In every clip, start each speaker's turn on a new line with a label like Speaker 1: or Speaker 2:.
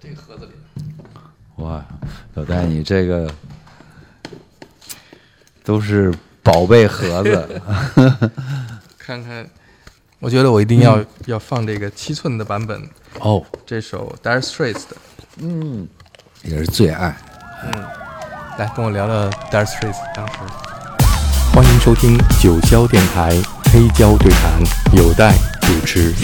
Speaker 1: 这盒子里。
Speaker 2: 哇，老戴，你这个都是宝贝盒子，
Speaker 1: 看看，我觉得我一定要、要放这个七寸的版本，
Speaker 2: 哦，
Speaker 1: 这首 Dire Straits 的。
Speaker 2: 也是最爱。
Speaker 1: 来，跟我聊聊 Dire Straits 当时。
Speaker 3: 欢迎收听九霄电台黑胶对谈，有待主持。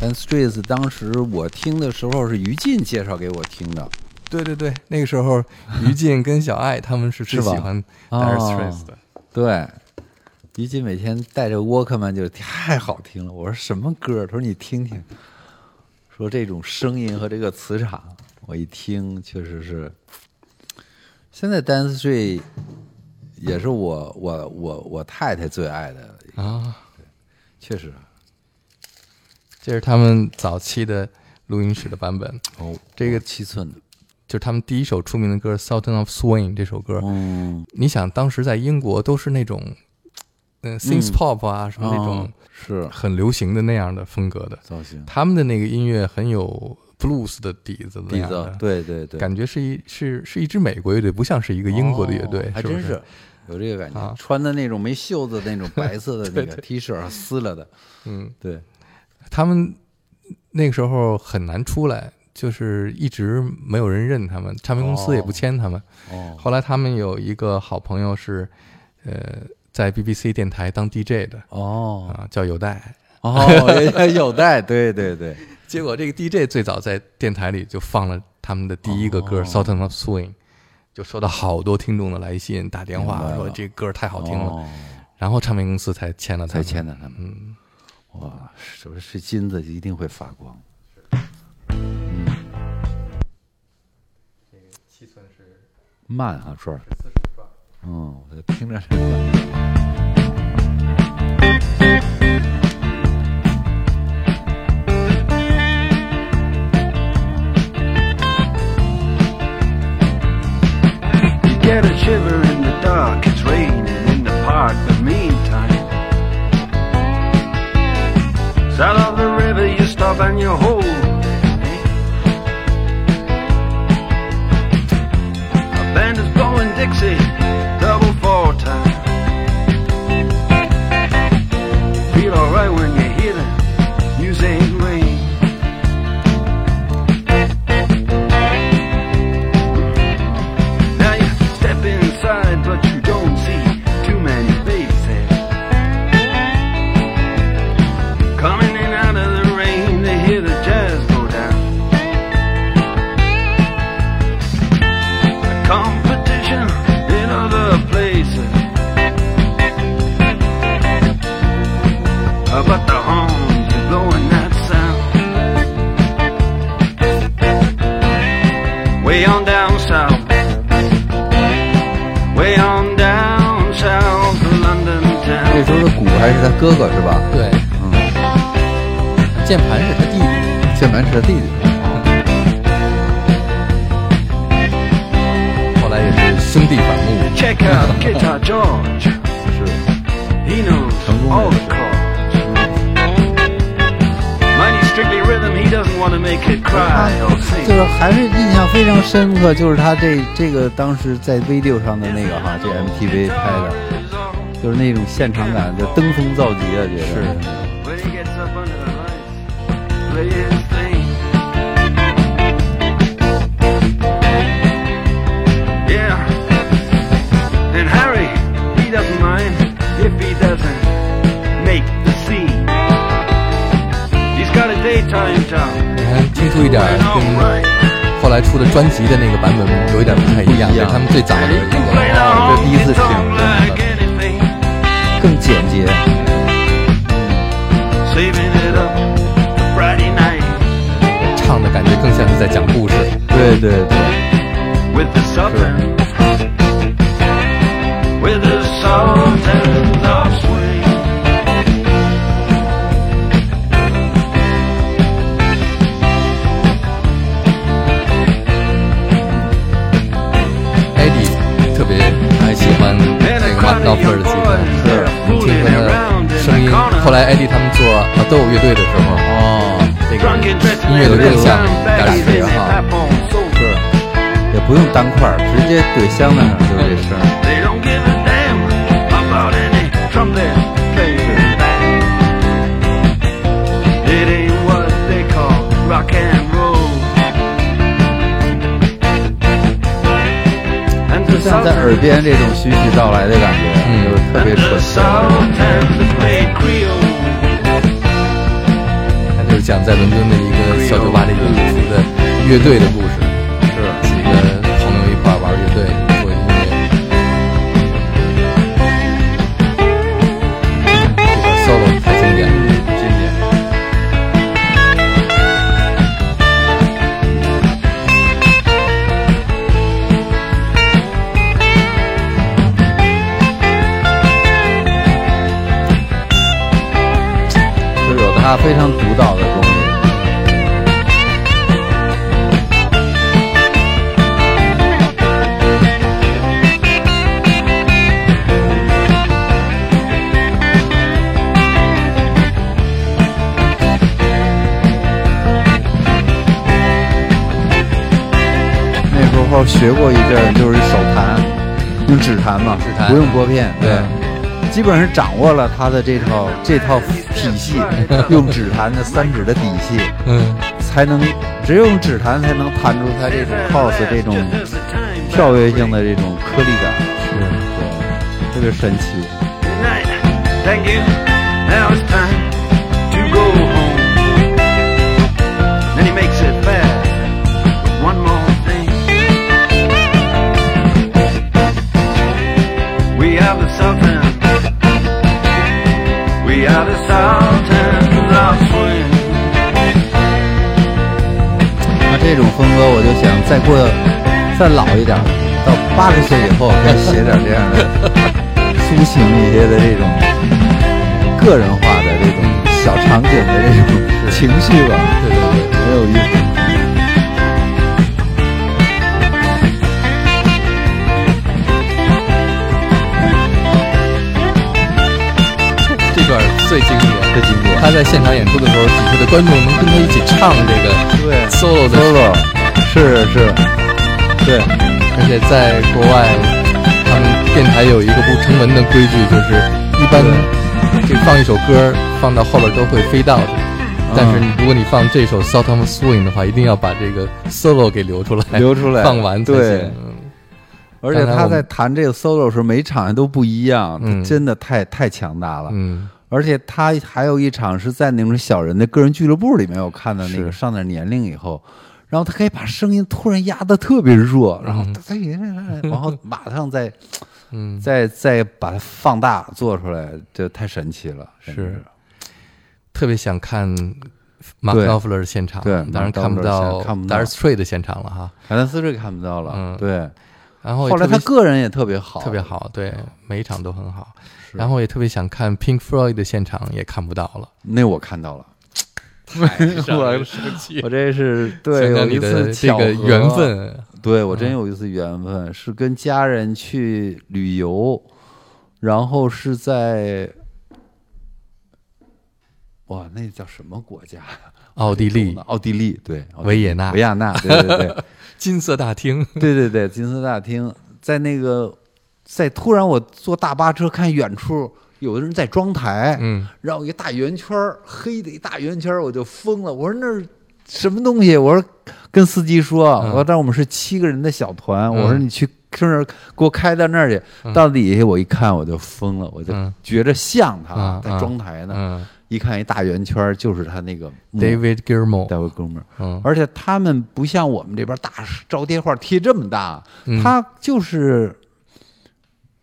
Speaker 2: 但 Streets 当时我听的时候是于禁介绍给我听的，
Speaker 1: 对对对，那个时候于禁跟小爱他们是啊最
Speaker 2: 是吧
Speaker 1: 喜欢
Speaker 2: 哦
Speaker 1: Dire Straits 的。
Speaker 2: 对，于禁每天带着沃克曼就太好听了。我说什么歌？他说你听听，说这种声音和这个磁场，我一听确实是。现在 Dance Street 也是我我我我太太最爱的，
Speaker 1: 啊，
Speaker 2: 确实
Speaker 1: 这是他们早期的录音室的版本，
Speaker 2: 哦，
Speaker 1: 这个
Speaker 2: 七寸的，
Speaker 1: 就是他们第一首出名的歌《Sultan of Swing》这首歌。
Speaker 2: 嗯，
Speaker 1: 你想，当时在英国都是那种，嗯、呃、，synth pop 啊，什么那种
Speaker 2: 哦是
Speaker 1: 很流行的那样的风格的，
Speaker 2: 造型
Speaker 1: 他们的那个音乐很有 blues 的底子，那
Speaker 2: 底
Speaker 1: 样
Speaker 2: 子
Speaker 1: 的，
Speaker 2: 对对对，
Speaker 1: 感觉是一是是一支美国乐队，不像是一个英国的乐队，
Speaker 2: 哦还
Speaker 1: 不
Speaker 2: 真
Speaker 1: 是。
Speaker 2: 有这个感觉
Speaker 1: 啊。
Speaker 2: 穿的那种没袖子的那种白色 的那个 T 恤啊，撕了的，
Speaker 1: 嗯，
Speaker 2: 对，
Speaker 1: 他们那个时候很难出来，就是一直没有人认他们，唱片公司也不签他们。
Speaker 2: 哦，
Speaker 1: 后来他们有一个好朋友是，呃，在 BBC 电台当 DJ 的
Speaker 2: 哦，
Speaker 1: 啊，叫有代。
Speaker 2: 哦，也有带，对对对，
Speaker 1: 结果这个 DJ 最早在电台里就放了他们的第一个
Speaker 2: 哦
Speaker 1: 歌《Sultan of Swing》，就收到好多听众的来信、打电
Speaker 2: 明白
Speaker 1: 话
Speaker 2: 了
Speaker 1: 说这歌太好听了，
Speaker 2: 哦
Speaker 1: 然后唱片公司才签了他
Speaker 2: 才
Speaker 1: 们。
Speaker 2: 签的他们，嗯，哇，是不是金子一定会发光？嗯慢啊，壮儿，嗯，我就听着这个，
Speaker 4: You get a shiver in the dark, it's raining in the park, but meantime. South of the river, you stop and you hold. A band is blowing Dixie, double four time. Feel alright when you hear the music ring. Now you step inside, but you don't see too many faces. Coming in out of the rain, they hear the jazz go down. The competition in other places. But the horns are blowing that sound. Way on down south way on down south of London
Speaker 2: 这
Speaker 4: town.
Speaker 2: 时候的鼓还是他哥哥是吧？
Speaker 1: 对，
Speaker 2: 嗯
Speaker 1: 键盘是他弟弟。
Speaker 2: 键盘是他弟弟，
Speaker 1: 后来也是兄弟反目。
Speaker 4: Check out Guitar George,
Speaker 2: 是
Speaker 4: he knows
Speaker 2: Don't
Speaker 4: all the
Speaker 2: worry.
Speaker 4: chords. Mighty strictly rhythm, he doesn't want to make it cry or
Speaker 2: 就
Speaker 4: sing.
Speaker 2: 是还是印象非常深刻，就是他这这个当时在 video 上的那个哈，这 MTV 拍的，就是那种现场感，就登峰造极啊，觉得是。
Speaker 4: When he gets up under the lights, play his thing. Yeah, and Harry, he doesn't mind if he doesn't make the scene. He's got a daytime job.
Speaker 1: 你看，听出一点
Speaker 4: And
Speaker 1: 跟
Speaker 4: alright.
Speaker 1: 后来出的专辑的那个版本有一点不太一样，
Speaker 2: 不一样
Speaker 1: 这是他们最早的一
Speaker 4: You play
Speaker 1: 个。
Speaker 4: the
Speaker 2: Oh, the
Speaker 4: honky
Speaker 2: music
Speaker 4: tonk
Speaker 2: thing.
Speaker 4: like anything,
Speaker 2: 更简洁，
Speaker 4: saving it up for Friday night
Speaker 1: 呃唱的感觉更像是在讲故事。
Speaker 2: 对对对，
Speaker 4: with the Southern, with the Sultans of Swing.
Speaker 1: Eddie 特别喜欢这个 Mark Knopfler 的吉他，你听他的声音。后来 Eddie 他们做 Adele 啊乐队的时候，
Speaker 2: 哦，
Speaker 1: 这
Speaker 4: drunk and dressed in
Speaker 2: 音乐的
Speaker 4: leather
Speaker 2: 这
Speaker 4: and
Speaker 2: 种
Speaker 4: sound
Speaker 2: 感
Speaker 4: bags
Speaker 2: 觉
Speaker 4: and
Speaker 2: 哈，
Speaker 4: platforms. So
Speaker 2: 是也不用单块儿，直接怼箱子上就是这声儿。
Speaker 4: They don't give a damn about any trumpet players. It ain't what they call rock and roll. And
Speaker 2: 就
Speaker 4: the
Speaker 2: 像在
Speaker 4: Southern-
Speaker 2: 耳边这种徐徐道来的感觉，
Speaker 1: 嗯
Speaker 2: 就是特别
Speaker 4: and
Speaker 2: 纯粹
Speaker 4: the
Speaker 2: 的，
Speaker 4: Southerners played Creole.
Speaker 1: 他就是讲在伦敦的一个小酒吧的一个礼服的乐队的故事，是几个朋友一块儿玩乐队做音乐，这个 solo 太经典了，经典。
Speaker 2: 就是有他非常独到的东西。那时候学过一阵儿，就是手弹，用指弹嘛，
Speaker 1: 指弹嗯
Speaker 2: 不用拨片，
Speaker 1: 对
Speaker 2: 基本上掌握了他的这套这套体 系，用指弹的三指的底细，
Speaker 1: 嗯，
Speaker 2: 才能只有用指弹才能弹出他这种 cos 这种跳跃性的这种颗粒感，
Speaker 1: 是
Speaker 2: 对，特别神奇。
Speaker 4: Good night. Thank you. Now it's time to go home. Then he makes it fast. But One more thing. We are the Sultan. We are the Sultan of Swing.
Speaker 2: 那这种风格，我就想再过再老一点儿，到八十岁以后，可以写点这样的抒情一些的这种个人化的这种小场景的这种情绪吧，
Speaker 1: 对对对。
Speaker 2: 很有意思。
Speaker 1: 这段最经典，
Speaker 2: 最经典
Speaker 1: 他在现场演出的时候，底下的观众能跟他一起唱这个
Speaker 2: 对
Speaker 1: solo 的，
Speaker 2: solo，是是，对，
Speaker 1: 而且在国外，他们电台有一个不成文的规矩，就是一般这放一首歌放到后边都会飞到，
Speaker 2: 嗯
Speaker 1: 但是你如果你放这首《Sort of Swing》的话，一定要把这个 solo 给留出来，
Speaker 2: 留出来
Speaker 1: 放完才
Speaker 2: 对
Speaker 1: 行。嗯
Speaker 2: 而且
Speaker 1: 刚才
Speaker 2: 他
Speaker 1: 我们
Speaker 2: 在弹这个 solo 的时候，每场都不一样，
Speaker 1: 嗯
Speaker 2: 他真的太太强大了。
Speaker 1: 嗯，
Speaker 2: 而且他还有一场是在那种小人的个人俱乐部里面，我看到那个
Speaker 1: 是
Speaker 2: 上点年龄以后，然后他可以把声音突然压得特别弱，然后
Speaker 1: 嗯
Speaker 2: 他然后马上再
Speaker 1: 嗯
Speaker 2: 再再把它放大做出来，就太神奇了，真
Speaker 1: 是特别想看马克
Speaker 2: 对
Speaker 1: 道夫勒的现场，
Speaker 2: 对
Speaker 1: 当然
Speaker 2: Mark
Speaker 1: 看不
Speaker 2: Knopfler
Speaker 1: 到
Speaker 2: 现看不到
Speaker 1: Dire Straits 的现场了哈。
Speaker 2: 海南丝这看不到了，
Speaker 1: 嗯
Speaker 2: 对。
Speaker 1: 然后也
Speaker 2: 后来
Speaker 1: 特别
Speaker 2: 他个人也特别好，
Speaker 1: 特别好，对，每一场都很好。然后也特别想看 Pink Floyd 的现场，也看不到了。
Speaker 2: 那我看到了，
Speaker 1: 我生气，
Speaker 2: 我这是对
Speaker 1: 想
Speaker 2: 有
Speaker 1: 想你
Speaker 2: 一
Speaker 1: 的
Speaker 2: 次
Speaker 1: 这个
Speaker 2: 巧合
Speaker 1: 缘，分，
Speaker 2: 对我
Speaker 1: 嗯
Speaker 2: 真有一次缘分，是跟家人去旅游，然后是在，哇，那叫什么国家？啊
Speaker 1: 奥地利
Speaker 2: 奥地利，对，奥地利
Speaker 1: 维也纳
Speaker 2: 维也纳，对对 对
Speaker 1: 金色大厅，
Speaker 2: 对对对，金色大厅，在那个，在突然我坐大巴车看远处有的人在装台，
Speaker 1: 嗯，
Speaker 2: 然后一大圆圈儿，黑的一大圆圈儿，我就疯了。我说那儿什么东西？我说跟司机说，我说但我们是七个人的小团，我说
Speaker 1: 嗯
Speaker 2: 你去顺儿给我开到那儿去。到底下我一看我就疯了，我就
Speaker 1: 嗯
Speaker 2: 觉着像他
Speaker 1: 嗯
Speaker 2: 在装台呢，
Speaker 1: 嗯
Speaker 2: 一看一大圆圈儿就是他那个墓
Speaker 1: ，David Gilmour，
Speaker 2: 大卫哥们儿。
Speaker 1: 嗯，
Speaker 2: 而且他们不像我们这边大招贴画贴这么大，
Speaker 1: 嗯
Speaker 2: 他就是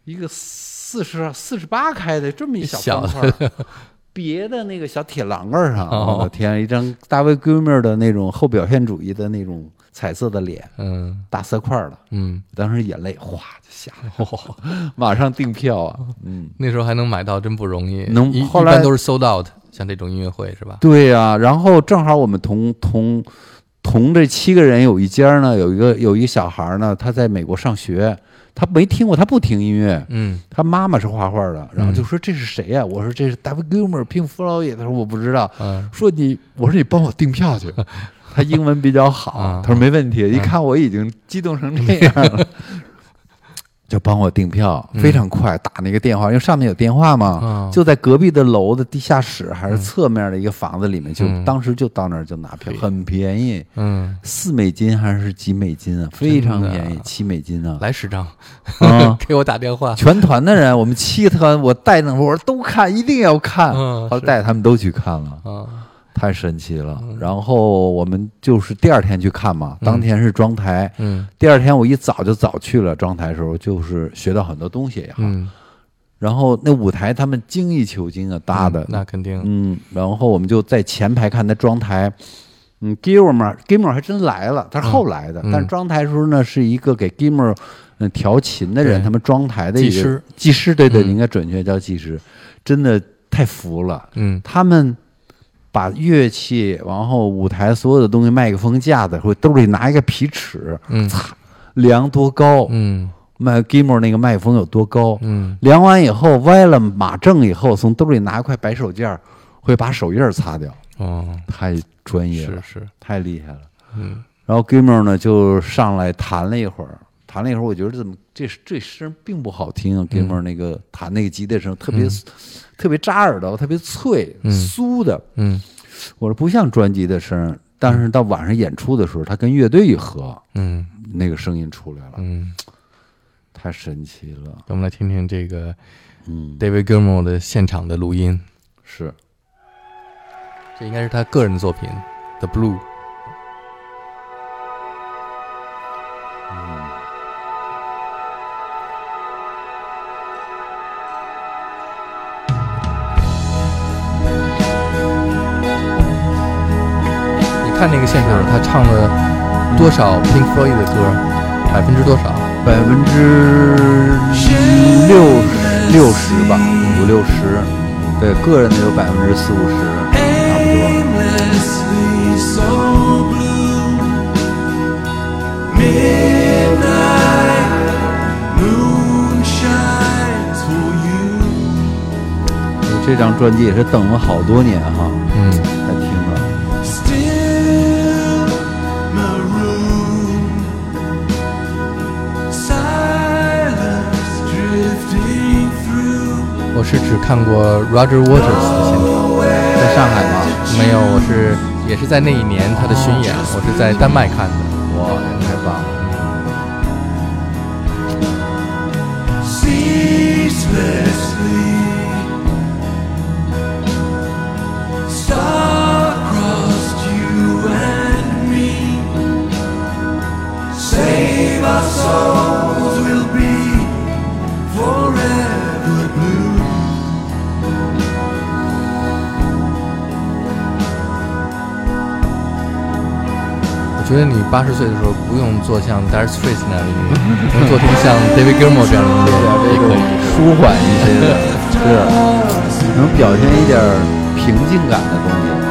Speaker 2: 一个四十四十八开的这么一小方 块儿，别的那个小铁栏杆儿上，
Speaker 1: 哦
Speaker 2: 我的天，一张大卫哥们儿的那种后表现主义的那种彩色的脸，
Speaker 1: 嗯
Speaker 2: 大色块儿了，
Speaker 1: 嗯，
Speaker 2: 当时眼泪哗就下来
Speaker 1: 哦
Speaker 2: 了， 马上订票啊，嗯。
Speaker 1: 那时候还能买到，真不容易。
Speaker 2: 能
Speaker 1: 一
Speaker 2: 后
Speaker 1: 一
Speaker 2: 来
Speaker 1: 般都是 sold out，像这种音乐会是吧？
Speaker 2: 对呀、然后正好我们同同同这七个人有一家呢，有一个有一个小孩儿呢，他在美国上学，他没听过，他不听音乐，
Speaker 1: 嗯
Speaker 2: 他妈妈是画画的，然后就说这是谁呀、我说这是 David Gilmour、Pink Floyd，他说我不知道，
Speaker 1: 嗯
Speaker 2: 说你，我说你帮我订票 去。他英文比较好
Speaker 1: 啊，
Speaker 2: 他说没问题。一看我已经激动成这样 了，就帮我订票，
Speaker 1: 嗯
Speaker 2: 非常快，打那个电话，因为上面有电话嘛
Speaker 1: 哦，
Speaker 2: 啊就在隔壁的楼的地下室还是侧面的一个房子里面，就
Speaker 1: 嗯
Speaker 2: 当时就到那儿就拿票，很便宜，
Speaker 1: 嗯，
Speaker 2: 四美金还是几美金啊？非常便宜，七美金啊！
Speaker 1: 来十张，
Speaker 2: 啊
Speaker 1: 给我打电话。
Speaker 2: 全团的人，我们七个团，我带那我说都看，一定要看。
Speaker 1: 嗯
Speaker 2: 后来
Speaker 1: 是嗯
Speaker 2: 带他们都去看了。
Speaker 1: 啊，
Speaker 2: 太神奇了。然后我们就是第二天去看嘛，当天是装台。
Speaker 1: 嗯
Speaker 2: 第二天我一早就早去了装台的时候，就是学到很多东西也好。
Speaker 1: 嗯，
Speaker 2: 然后那舞台他们精益求精啊搭的，
Speaker 1: 那肯定。
Speaker 2: 嗯，然后我们就在前排看他装台。嗯，Gilmore Gilmore 还真来了，他是后来的。
Speaker 1: 嗯
Speaker 2: 但是装台的时候呢，是一个给 Gilmore 嗯调琴的人，
Speaker 1: 对
Speaker 2: 他们装台的一个
Speaker 1: 技师，
Speaker 2: 技师对对，
Speaker 1: 嗯
Speaker 2: 应该准确叫技师，真的太服了。
Speaker 1: 嗯
Speaker 2: 他们把乐器，然后舞台所有的东西，麦克风架子，会兜里拿一个皮尺，
Speaker 1: 嗯
Speaker 2: 量多高，
Speaker 1: 嗯
Speaker 2: 麦 Gimmer 那个麦克风有多高，
Speaker 1: 嗯
Speaker 2: 量完以后歪了码正以后，从兜里拿一块白手绢儿，会把手印儿擦掉，
Speaker 1: 哦，
Speaker 2: 太专业
Speaker 1: 是
Speaker 2: 了，
Speaker 1: 是，
Speaker 2: 太厉害了。
Speaker 1: 嗯
Speaker 2: 然后 Gimmer 呢就上来弹了一会儿。弹了一会儿，我觉得怎么这这声并不好听啊，Gimmer
Speaker 1: 嗯
Speaker 2: 那个弹那个吉他声特别、特别扎耳朵，特别脆、
Speaker 1: 嗯
Speaker 2: 酥的，
Speaker 1: 嗯
Speaker 2: 我说不像专辑的声儿，但是到晚上演出的时候，他跟乐队一合，
Speaker 1: 嗯
Speaker 2: 那个声音出来了，
Speaker 1: 嗯，
Speaker 2: 太神奇了。
Speaker 1: 我们来听听这个
Speaker 2: 嗯，
Speaker 1: David Gilmour 的现场的录音，
Speaker 2: 是
Speaker 1: 这应该是他个人的作品《The Blue》。你看那个现场，他唱了多少 Pink Floyd 的歌？百分之多少？
Speaker 2: 百分之六十六十吧，五六十，对个人的有百分之四五十，差不多。
Speaker 5: Endlessly so blue. Midnight moon shines for you.
Speaker 2: 这张专辑也是等了好多年哈，
Speaker 1: 嗯
Speaker 2: 才听了。
Speaker 5: Still marooned. Silence drifting through.
Speaker 1: 我是只看过 Roger Waters 的现场。
Speaker 2: 在上海吗？
Speaker 1: 没有，我是也是在那一年他的巡演，我是在丹麦看的。
Speaker 2: 哇，太棒了！
Speaker 5: ceaselessly. Star-crossed you and me. Save our souls, we'll be forever blue.
Speaker 1: 我觉得你八十岁的时候不用做像 Dire Straits 那样的音乐，能做成像 David Gilmour 这样的音乐也可以。
Speaker 2: 舒缓一些的， 是能表现一点儿平静感的东西。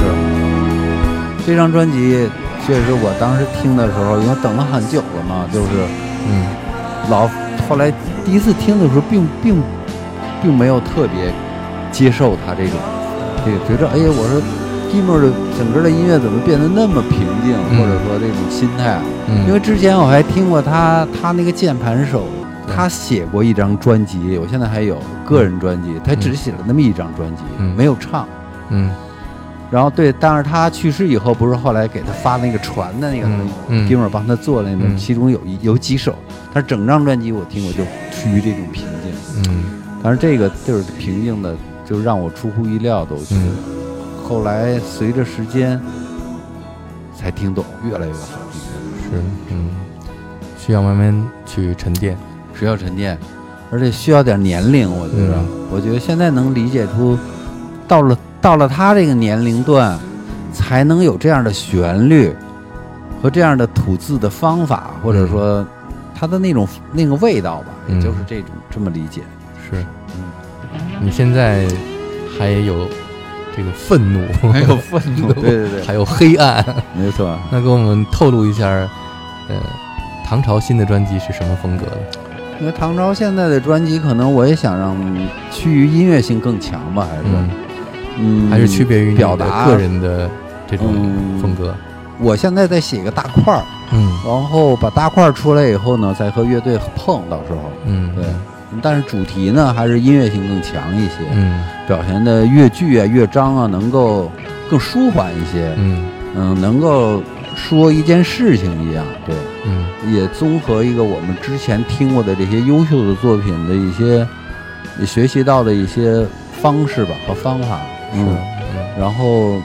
Speaker 2: 是这张专辑，确实我当时听的时候，因为等了很久了嘛，就是
Speaker 1: 嗯
Speaker 2: 老后来第一次听的时候并，并并没有特别接受他这种，这个觉着哎呀，我说 Gimmer 的整个的音乐怎么变得那么平静，
Speaker 1: 嗯
Speaker 2: 或者说这种心态？啊
Speaker 1: 嗯，
Speaker 2: 因为之前我还听过他他那个键盘手，他写过一张专辑，我现在还有个人专辑，他只写了那么一张专辑，
Speaker 1: 嗯
Speaker 2: 没有唱。
Speaker 1: 嗯
Speaker 2: 然后对，但是他去世以后，不是后来给他发那个传的那个
Speaker 1: 嗯嗯
Speaker 2: 哥们儿帮他做了那种，
Speaker 1: 嗯
Speaker 2: 其中有一有几首，但是整张专辑我听我就趋于这种平静。
Speaker 1: 嗯
Speaker 2: 但是这个就是平静的，就让我出乎意料的，我觉
Speaker 1: 嗯
Speaker 2: 得。后来随着时间才听懂，越来越好听。
Speaker 1: 是嗯，需要慢慢去沉淀。
Speaker 2: 需要沉淀，而且需要点年龄。我觉得，
Speaker 1: 嗯
Speaker 2: 我觉得现在能理解出，到了到了他这个年龄段，才能有这样的旋律和这样的吐字的方法，或者说他的那种那个味道吧，
Speaker 1: 嗯
Speaker 2: 也就是这 种这么理解。
Speaker 1: 是，你现在还有这个愤怒，
Speaker 2: 还有愤怒，对对对，
Speaker 1: 还有黑暗。
Speaker 2: 没错。
Speaker 1: 那给我们透露一下，呃，唐朝新的专辑是什么风格的？
Speaker 2: 那唐朝现在的专辑，可能我也想让趋于音乐性更强吧，还是
Speaker 1: 嗯，
Speaker 2: 嗯，
Speaker 1: 还是区别于你
Speaker 2: 表
Speaker 1: 的
Speaker 2: 达
Speaker 1: 个。人的这种
Speaker 2: 嗯
Speaker 1: 风格？
Speaker 2: 我现在在写一个大块儿，
Speaker 1: 嗯
Speaker 2: 然后把大块儿出来以后呢，再和乐队碰，到时候
Speaker 1: 嗯，
Speaker 2: 对。但是主题呢，还是音乐性更强一些，
Speaker 1: 嗯
Speaker 2: 表现的乐句啊、乐章啊，能够更舒缓一些，
Speaker 1: 嗯
Speaker 2: 嗯，能够说一件事情一样，对。
Speaker 1: 嗯
Speaker 2: 也综合一个我们之前听过的这些优秀的作品的一些也学习到的一些方式吧和方法，嗯，
Speaker 1: 嗯
Speaker 2: 然后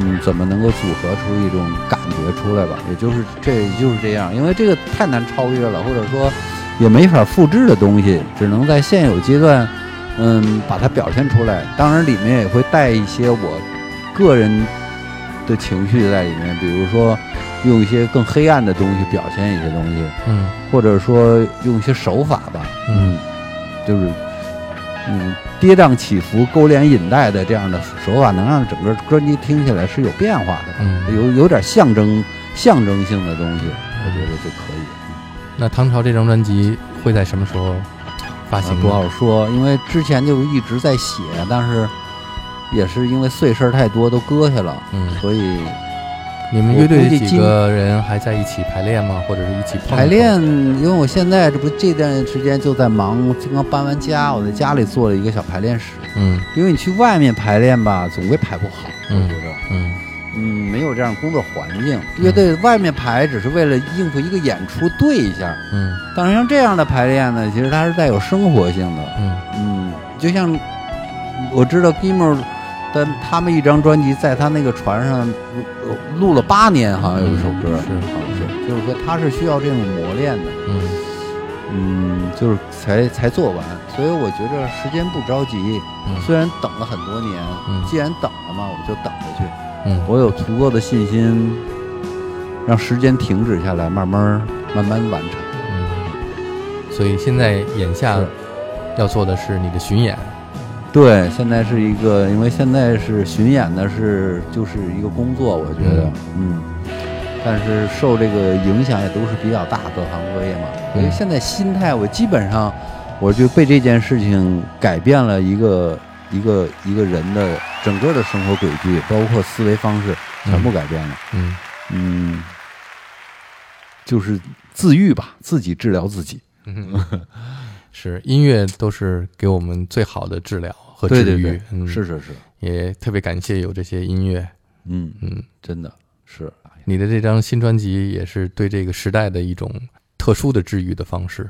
Speaker 2: 嗯，怎么能够组合出一种感觉出来吧？也就是这就是这样，因为这个太难超越了，或者说也没法复制的东西，只能在现有阶段嗯把它表现出来。当然，里面也会带一些我个人的情绪在里面，比如说用一些更黑暗的东西表现一些东西，
Speaker 1: 嗯
Speaker 2: 或者说用一些手法吧，
Speaker 1: 嗯，
Speaker 2: 就是嗯跌宕起伏、勾连引带的这样的手法，能让整个专辑听起来是有变化的，
Speaker 1: 嗯
Speaker 2: 有有点象征象征性的东西，我觉得就可以。
Speaker 1: 那唐朝这张专辑会在什么时候发行
Speaker 2: 啊
Speaker 1: 呢？
Speaker 2: 不好说，因为之前就一直在写，但是也是因为碎事儿太多，都搁下了，
Speaker 1: 嗯，
Speaker 2: 所以
Speaker 1: 你们乐队
Speaker 2: 我估计
Speaker 1: 几
Speaker 2: 今
Speaker 1: 个人还在一起排练吗？或者是一起 碰一碰
Speaker 2: 排练，因为我现在这不这段时间就在忙，我刚刚搬完家，我在家里做了一个小排练室。
Speaker 1: 嗯
Speaker 2: 因为你去外面排练吧，总归排不好，我
Speaker 1: 嗯
Speaker 2: 觉得，
Speaker 1: 嗯
Speaker 2: 嗯，没有这样工作环境。乐队外面排只是为了应付一个演出对一下，
Speaker 1: 嗯
Speaker 2: 但是像这样的排练呢，其实它是带有生活性的，
Speaker 1: 嗯
Speaker 2: 嗯，就像我知道 Gimmo 的他们一张专辑，在他那个船上呃录了八年，好像有一首歌，
Speaker 1: 嗯是
Speaker 2: 好像是，就是说他是需要这种磨练的，
Speaker 1: 嗯
Speaker 2: 嗯，就是才才做完，所以我觉着时间不着急，
Speaker 1: 嗯
Speaker 2: 虽然等了很多年，
Speaker 1: 嗯
Speaker 2: 既然等了嘛，我就等着去，
Speaker 1: 嗯
Speaker 2: 我有足够的信心，让时间停止下来，慢慢儿慢慢完成。
Speaker 1: 嗯，所以现在眼下
Speaker 2: 是
Speaker 1: 要做的是你的巡演，
Speaker 2: 对，现在是一个，因为现在是巡演的是就是一个工作，我觉得，嗯，但是受这个影响也都是比较大，各行各业嘛。所以
Speaker 1: 嗯
Speaker 2: 现在心态，我基本上我就被这件事情改变了一个一个一个人的整个的生活轨迹，包括思维方式，全部改变了。
Speaker 1: 嗯
Speaker 2: 嗯，就是自愈吧，自己治疗自己。
Speaker 1: 嗯，是音乐都是给我们最好的治疗和治
Speaker 2: 对
Speaker 1: 愈，
Speaker 2: 对对，
Speaker 1: 嗯，
Speaker 2: 是是是，
Speaker 1: 也特别感谢有这些音乐，
Speaker 2: 嗯，
Speaker 1: 嗯，
Speaker 2: 真的是。
Speaker 1: 你的这张新专辑也是对这个时代的一种特殊的治愈的方式，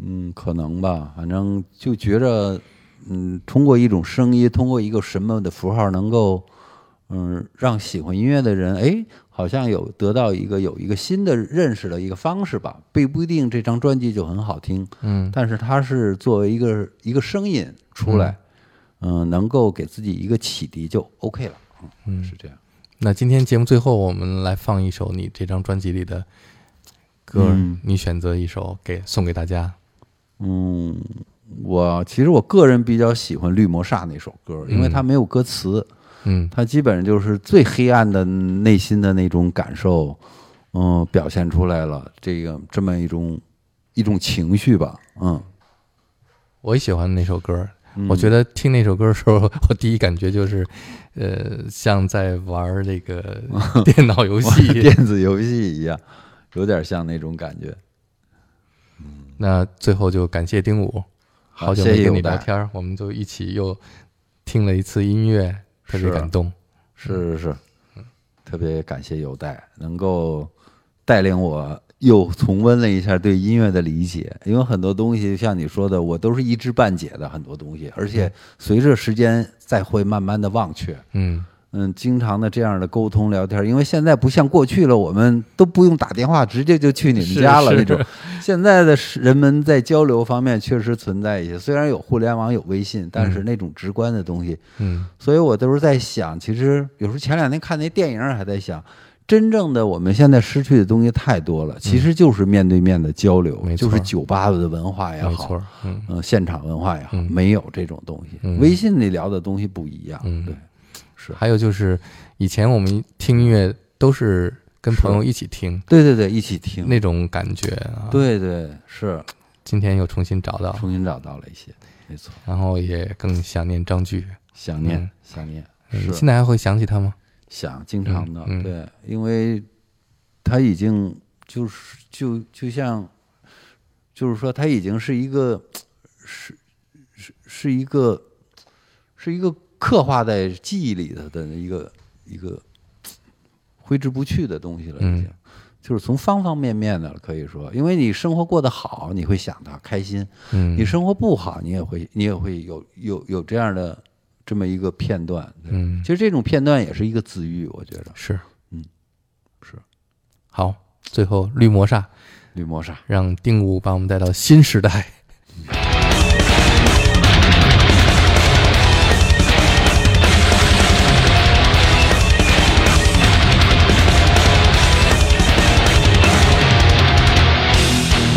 Speaker 2: 嗯，可能吧，反正就觉着，嗯，通过一种声音，通过一个什么的符号，能够，嗯，让喜欢音乐的人，哎，好像有得到一个有一个新的认识的一个方式吧。并不一定这张专辑就很好听，
Speaker 1: 嗯
Speaker 2: 但是它是作为一个一个声音出来，嗯、能够给自己一个启迪就 OK 了。
Speaker 1: 嗯
Speaker 2: 是这样。
Speaker 1: 那今天节目最后，我们来放一首你这张专辑里的歌，
Speaker 2: 嗯
Speaker 1: 你选择一首给送给大家。
Speaker 2: 嗯，我其实我个人比较喜欢绿魔煞那首歌，因为
Speaker 1: 嗯
Speaker 2: 它没有歌词。
Speaker 1: 嗯
Speaker 2: 他基本上就是最黑暗的内心的那种感受，嗯、表现出来了，这个这么一种一种情绪吧，嗯，
Speaker 1: 我也喜欢那首歌，
Speaker 2: 嗯
Speaker 1: 我觉得听那首歌的时候， 我第一感觉就是，呃，像在玩这 个电脑游戏。
Speaker 2: 电子游戏一样，有点像那种感觉。
Speaker 1: 那最后就感谢丁武，
Speaker 2: 好
Speaker 1: 好久
Speaker 2: 谢
Speaker 1: 没
Speaker 2: 谢
Speaker 1: 跟你
Speaker 2: 武大
Speaker 1: 聊天儿，我们就一起又听了一次音乐，特别
Speaker 2: 是
Speaker 1: 感动。
Speaker 2: 是是是，特别感谢有代能够带领我又重温了一下对音乐的理解，因为很多东西像你说的，我都是一知半解的很多东西，而且随着时间再会慢慢的忘却。
Speaker 1: 嗯
Speaker 2: 嗯，经常的这样的沟通聊天，因为现在不像过去了，我们都不用打电话，直接就去你们
Speaker 1: 是
Speaker 2: 家了
Speaker 1: 是
Speaker 2: 那种。现在的是人们在交流方面确实存在一些，虽然有互联网有微信，但是那种直观的东西，
Speaker 1: 嗯
Speaker 2: 所以我都是在想，其实有时候前两天看那电影还在想，真正的我们现在失去的东西太多了，其实就是面对面的交流，
Speaker 1: 嗯没错
Speaker 2: 就是酒吧的文化也
Speaker 1: 没
Speaker 2: 哎好
Speaker 1: 错，，嗯
Speaker 2: 嗯、现场文化也好，没有这种东西。微信里聊的东西不一样，
Speaker 1: 嗯
Speaker 2: 对，
Speaker 1: 还有就是以前我们听音乐都是跟朋友一起听
Speaker 2: 对对对，一起听，
Speaker 1: 那种感觉啊，
Speaker 2: 对对是
Speaker 1: 今天又重新找到，
Speaker 2: 重新找到了一些，没错，
Speaker 1: 然后也更想念张炬。
Speaker 2: 想念、
Speaker 1: 嗯
Speaker 2: 想念
Speaker 1: 你
Speaker 2: 是
Speaker 1: 现在还会想起他吗？
Speaker 2: 想经常的，
Speaker 1: 嗯嗯
Speaker 2: 对，因为他已经就是就就像，就是说他已经是一个是是是一个是一个刻画在记忆里头的一个一个挥之不去的东西了，已
Speaker 1: 嗯
Speaker 2: 经。就是从方方面面的了，可以说，因为你生活过得好，你会想他开心；
Speaker 1: 嗯
Speaker 2: 你生活不好，你也会你也会有有有这样的这么一个片段。对
Speaker 1: 嗯
Speaker 2: 其，实这种片段也是一个自愈，我觉着。
Speaker 1: 是，
Speaker 2: 嗯，是。
Speaker 1: 好，最后绿魔煞
Speaker 2: 绿魔煞，
Speaker 1: 让丁武把我们带到新时代。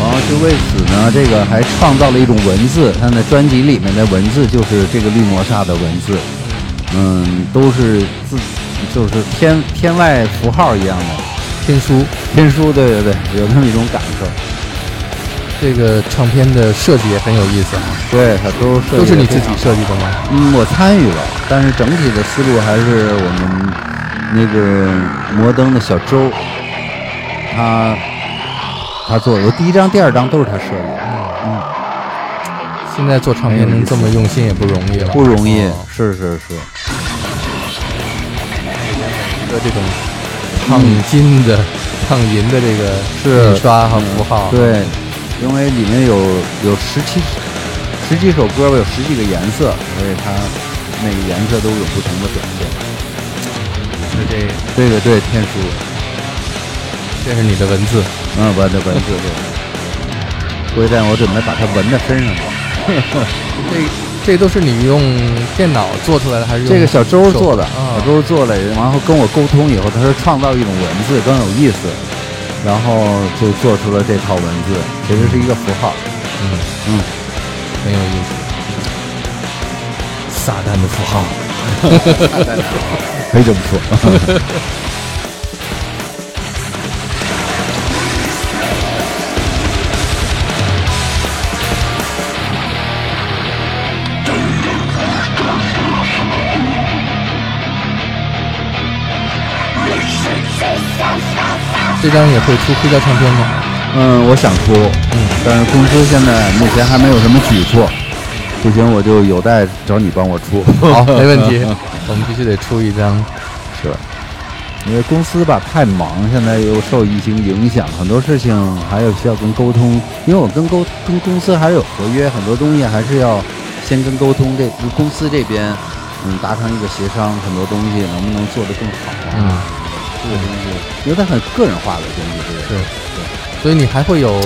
Speaker 2: 然后就为此呢，这个还创造了一种文字，他的专辑里面的文字就是这个绿魔煞的文字，嗯，都是自就是天天外符号一样的
Speaker 1: 天书
Speaker 2: 天书，对对对，有那么一种感受。
Speaker 1: 这个唱片的设计也很有意思啊，
Speaker 2: 对，它都是
Speaker 1: 都是你自己设计的吗？
Speaker 2: 嗯，我参与了，但是整体的思路还是我们那个摩登的小周，他他做的。我第一张、第二张都是他设计的，嗯
Speaker 1: 现在做唱片能这么用心也不容易了，
Speaker 2: 不容易
Speaker 1: 哦。
Speaker 2: 是是是，
Speaker 1: 的这种烫
Speaker 2: 嗯
Speaker 1: 金的、烫银的这个
Speaker 2: 是嗯
Speaker 1: 印刷和符号，，
Speaker 2: 对，因为里面有有十七十几首歌吧，有十几个颜色，所以它每个颜色都有不同的表现。
Speaker 1: 是这，
Speaker 2: 对对对，天书，
Speaker 1: 这是你的文字。
Speaker 2: 嗯，文的文字对。回战我准备把它纹在身上。
Speaker 1: 这这都是你用电脑做出来的，还是用
Speaker 2: 这个小周做的，
Speaker 1: 啊
Speaker 2: 小周做了，然后跟我沟通以后，他说创造一种文字更有意思，然后就做出了这套文字，其实是一个符号。
Speaker 1: 很有意思。撒旦的符号，
Speaker 2: 可以这么说。
Speaker 1: 这张也会出黑胶唱片吗？
Speaker 2: 嗯，我想出，但是公司现在目前还没有什么举措，不行我就有待找你帮我出。
Speaker 1: 好，没问题。
Speaker 2: 嗯
Speaker 1: 我们必须得出一张，
Speaker 2: 是，因为公司吧太忙，现在又受疫情影响，很多事情还有需要跟沟通。因为我跟沟跟公司还是有合约，很多东西还是要先跟沟通这跟公司这边，嗯，达成一个协商，很多东西能不能做得更好啊？
Speaker 1: 嗯，
Speaker 2: 这个东西，因为它很个人化的东西，这个
Speaker 1: 是所以你还会有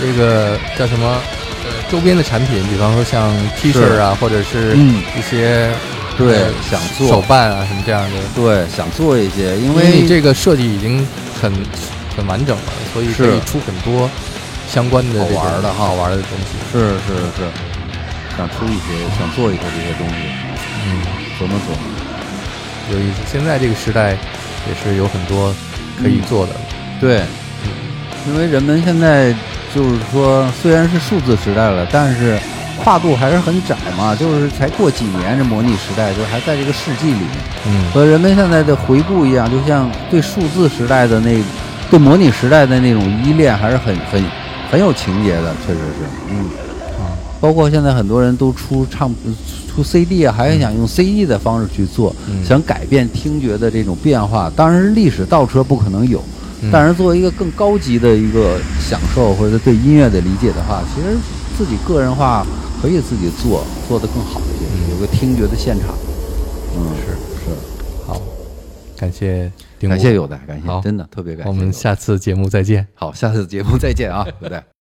Speaker 1: 这个叫什么？呃，周边的产品，比方说像 T 恤啊，或者是
Speaker 2: 嗯
Speaker 1: 一些
Speaker 2: 对
Speaker 1: 呃
Speaker 2: 想做
Speaker 1: 手办啊什么这样的，
Speaker 2: 对，想做一些，因
Speaker 1: 因
Speaker 2: 为
Speaker 1: 为你这个设计已经很很完整了，所以可以
Speaker 2: 是
Speaker 1: 出很多相关的这种
Speaker 2: 好玩的哈
Speaker 1: 好玩的东西。
Speaker 2: 是是是，想出一些，想做一些这些东西，
Speaker 1: 嗯，
Speaker 2: 琢磨琢磨。
Speaker 1: 有意思。现在这个时代也是有很多可
Speaker 2: 嗯
Speaker 1: 以做的，
Speaker 2: 对，因为人们现在就是说，虽然是数字时代了，但是跨度还是很窄嘛，就是才过几年，这模拟时代就还在这个世纪里面。
Speaker 1: 嗯，
Speaker 2: 和人们现在的回顾一样，就像对数字时代的那，对模拟时代的那种依恋，还是很很很有情节的，确实是，嗯，包括现在很多人都出唱出 CD 啊，还是想用 CD 的方式去做，
Speaker 1: 嗯
Speaker 2: 想改变听觉的这种变化。当然，历史倒车不可能有，
Speaker 1: 嗯
Speaker 2: 但是作为一个更高级的一个享受或者对音乐的理解的话，其实自己个人化可以自己做，做得更好一些，有个听觉的现场。嗯，是是。
Speaker 1: 好，感谢丁武
Speaker 2: 感谢有代，感
Speaker 1: 好
Speaker 2: 谢，真的特别感谢有代。
Speaker 1: 我们下次节目再见。
Speaker 2: 好，下次节目再见啊，有代。